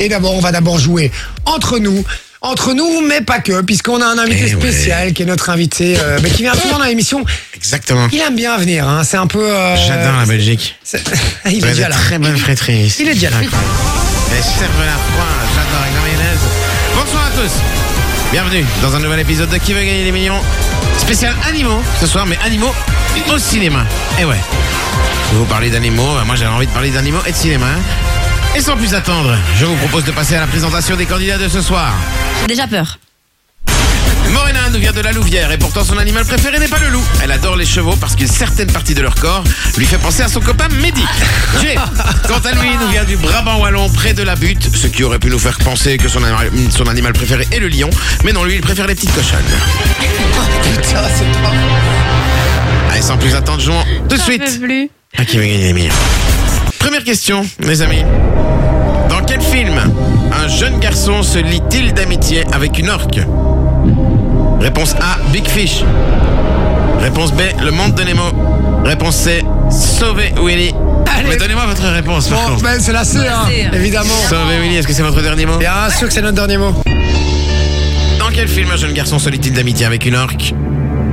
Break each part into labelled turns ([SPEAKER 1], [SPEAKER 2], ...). [SPEAKER 1] Et d'abord, on va d'abord jouer entre nous. Entre nous, mais pas que, puisqu'on a un invité
[SPEAKER 2] Eh ouais.
[SPEAKER 1] spécial qui est notre invité, euh, mais qui vient souvent dans l'émission.
[SPEAKER 2] Exactement.
[SPEAKER 1] Il aime bien venir, hein. c'est un peu. euh,
[SPEAKER 2] J'adore la Belgique.
[SPEAKER 1] c'est- Il
[SPEAKER 2] Ouais,
[SPEAKER 1] est déjà
[SPEAKER 2] des
[SPEAKER 1] là.
[SPEAKER 2] Très bonne fréterie ici.
[SPEAKER 1] Il est déjà là.
[SPEAKER 2] Incroyable. Les cerveaux la froid, j'adore la mayonnaise. Bonsoir à tous. Bienvenue dans un nouvel épisode de Qui veut gagner des millions. Spécial animaux ce soir, mais animaux au cinéma. Et ouais. Je vais vous parler d'animaux. Bah, Moi, j'avais envie de parler d'animaux et de cinéma. hein. Et sans plus attendre, je vous propose de passer à la présentation des candidats de ce soir.
[SPEAKER 3] J'ai déjà peur.
[SPEAKER 2] Morena nous vient de la Louvière et pourtant son animal préféré n'est pas le loup. Elle adore les chevaux parce que certaines parties de leur corps lui fait penser à son copain Mehdi. Jay, quant à lui, nous vient du Brabant Wallon près de la butte, ce qui aurait pu nous faire penser que son, animal- son animal préféré est le lion, mais non, lui, il préfère les petites cochonnes.
[SPEAKER 1] Putain, c'est pas-
[SPEAKER 2] Allez, sans plus attendre, jouons tout de suite
[SPEAKER 3] plus.
[SPEAKER 2] à qui va gagner les millions. Première question, mes amis. Dans quel film un jeune garçon se lie-t-il d'amitié avec une orque Réponse A, Big Fish. Réponse B, Le Monde de Nemo. Réponse C, Sauver Willy.
[SPEAKER 1] Allez.
[SPEAKER 2] Mais donnez-moi votre réponse, par
[SPEAKER 1] Bon,
[SPEAKER 2] contre.
[SPEAKER 1] ben, c'est la C, hein,
[SPEAKER 3] C'est la C.
[SPEAKER 1] évidemment.
[SPEAKER 2] Sauver Willy, est-ce que c'est votre dernier mot
[SPEAKER 1] Bien sûr que c'est notre dernier mot.
[SPEAKER 2] Dans quel film un jeune garçon se lie-t-il d'amitié avec une orque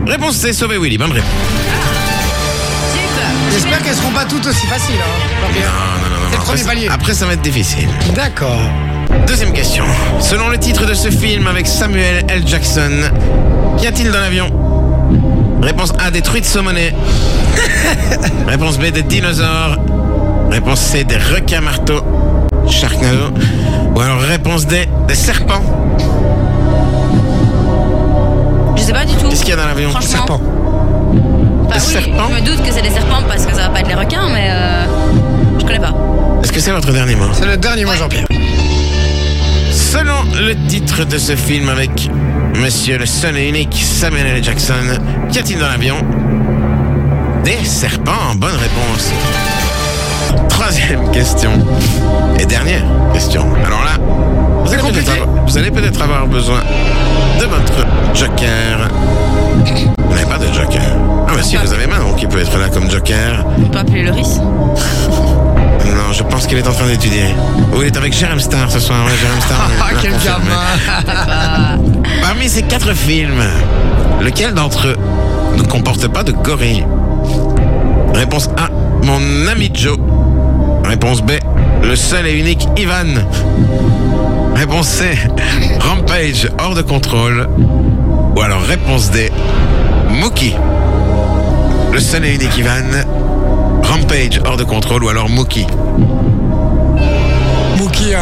[SPEAKER 2] Réponse C, Sauver Willy. Bonne réponse.
[SPEAKER 3] J'ai eu peur.
[SPEAKER 1] J'espère qu'elles seront pas toutes aussi faciles. hein.
[SPEAKER 2] Non, non, non, non,
[SPEAKER 1] C'est le
[SPEAKER 2] non.
[SPEAKER 1] premier
[SPEAKER 2] Après,
[SPEAKER 1] palier.
[SPEAKER 2] après, ça va être difficile.
[SPEAKER 1] D'accord.
[SPEAKER 2] Deuxième question. Selon le titre de ce film avec Samuel L. Jackson, qu'y a-t-il dans l'avion Réponse A, des truites saumonées. Réponse B, des dinosaures. Réponse C, des requins marteaux. Sharknado. Ou alors réponse D, des serpents.
[SPEAKER 3] Je sais pas du tout.
[SPEAKER 2] Qu'est-ce qu'il y a dans l'avion
[SPEAKER 3] Franchement,
[SPEAKER 1] Serpent.
[SPEAKER 3] Bah
[SPEAKER 2] Des
[SPEAKER 3] oui,
[SPEAKER 2] serpents
[SPEAKER 3] Je me doute que c'est des serpents parce que ça va pas être les requins, mais euh, je connais pas.
[SPEAKER 2] Est-ce que c'est votre dernier mot
[SPEAKER 1] C'est le dernier mot, Jean-Pierre.
[SPEAKER 2] Selon le titre de ce film avec Monsieur le seul et unique Samuel L. Jackson, qu'y a-t-il dans l'avion Des serpents, bonne réponse. Troisième question. Et dernière question. Alors là, vous allez peut-être
[SPEAKER 1] compliqué.
[SPEAKER 2] avoir, vous allez peut-être avoir besoin de votre joker. Vous n'avez pas de joker. Ah bah si, vous avez Manon qui peut être là comme joker.
[SPEAKER 3] On peut appeler Loris.
[SPEAKER 2] Non, je pense qu'il est en train d'étudier. Oui, il est avec Jerem Star ce soir. Ouais, Jerem Star.
[SPEAKER 1] Ah,
[SPEAKER 2] l'a
[SPEAKER 1] quel
[SPEAKER 2] confirmé.
[SPEAKER 1] gamin.
[SPEAKER 2] Parmi ces quatre films, lequel d'entre eux ne comporte pas de gorille Réponse A, mon ami Joe. Réponse B, le seul et unique Ivan. Réponse C, Rampage hors de contrôle. Ou alors réponse D, Mookie. Le seul et unique Ivan, Rampage hors de contrôle ou alors Mookie.
[SPEAKER 1] Mookie, hein.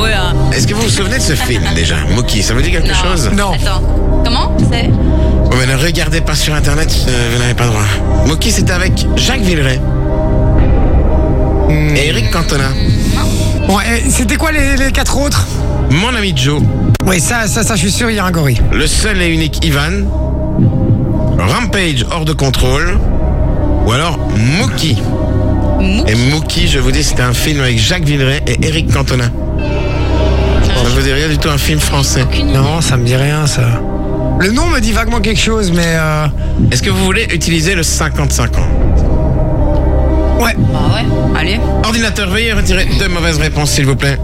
[SPEAKER 3] Ouais. hein.
[SPEAKER 2] Est-ce que vous vous souvenez de ce film déjà Mookie, ça vous dit quelque
[SPEAKER 3] Non.
[SPEAKER 2] chose
[SPEAKER 1] Non.
[SPEAKER 3] Attends. Comment C'est
[SPEAKER 2] Oh, mais ne regardez pas sur internet, euh, vous n'avez pas droit. Moki, c'était avec Jacques Villeray et Eric Cantona.
[SPEAKER 1] Bon, et c'était quoi les, les quatre autres
[SPEAKER 2] Mon ami Joe,
[SPEAKER 1] Oui, ça, ça, ça, je suis sûr, il y a un gorille.
[SPEAKER 2] le seul et unique Ivan, Rampage hors de contrôle, ou alors Mookie.
[SPEAKER 3] Mou.
[SPEAKER 2] Et Mookie, je vous dis, c'était un film avec Jacques Villeray et Eric Cantona. Ça ne vous dit rien du tout, un film français.
[SPEAKER 1] Non, ça me dit rien, ça. Le nom me dit vaguement quelque chose, mais. euh,
[SPEAKER 2] Est-ce que vous voulez utiliser le 55 ans
[SPEAKER 1] Ouais.
[SPEAKER 3] Bah ouais. Allez.
[SPEAKER 2] Ordinateur, veuillez retirer deux mauvaises réponses, s'il vous plaît.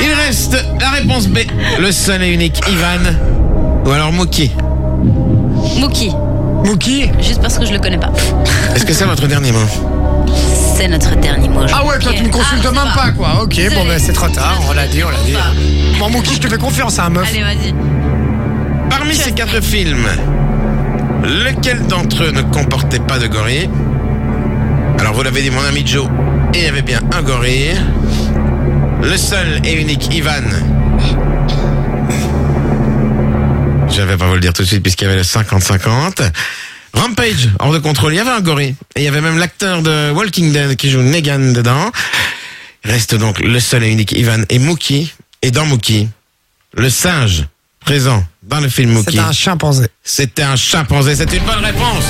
[SPEAKER 2] Il reste la réponse B, le seul et unique Ivan, ou alors Mookie.
[SPEAKER 3] Mookie.
[SPEAKER 1] Mookie
[SPEAKER 3] Juste parce que je le connais pas.
[SPEAKER 2] Est-ce que c'est votre dernier mot
[SPEAKER 3] C'est notre dernier mot.
[SPEAKER 1] Ah ouais, toi, tu ne consultes
[SPEAKER 3] Ah,
[SPEAKER 1] même
[SPEAKER 3] ça
[SPEAKER 1] pas,
[SPEAKER 3] va.
[SPEAKER 1] quoi. Ok, bon, ben c'est trop tard, on l'a dit, on l'a dit. Bon, Mookie, je te fais confiance, hein, meuf.
[SPEAKER 3] Allez, vas-y.
[SPEAKER 2] Parmi ces quatre films, lequel d'entre eux ne comportait pas de gorille Alors vous l'avez dit, mon ami Joe, et il y avait bien un gorille. Le seul et unique Ivan. Je vais pas vous le dire tout de suite puisqu'il y avait le 50-50. Rampage, hors de contrôle, il y avait un gorille. Et il y avait même l'acteur de Walking Dead qui joue Negan dedans. Reste donc le seul et unique Ivan et Mookie. Et dans Mookie, le singe présent dans le film
[SPEAKER 1] C'est
[SPEAKER 2] Mookie.
[SPEAKER 1] un chimpanzé.
[SPEAKER 2] C'était un chimpanzé, c'est une bonne réponse.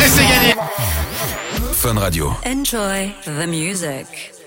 [SPEAKER 2] Et c'est gagné.
[SPEAKER 4] Fun Radio.
[SPEAKER 5] Enjoy the music.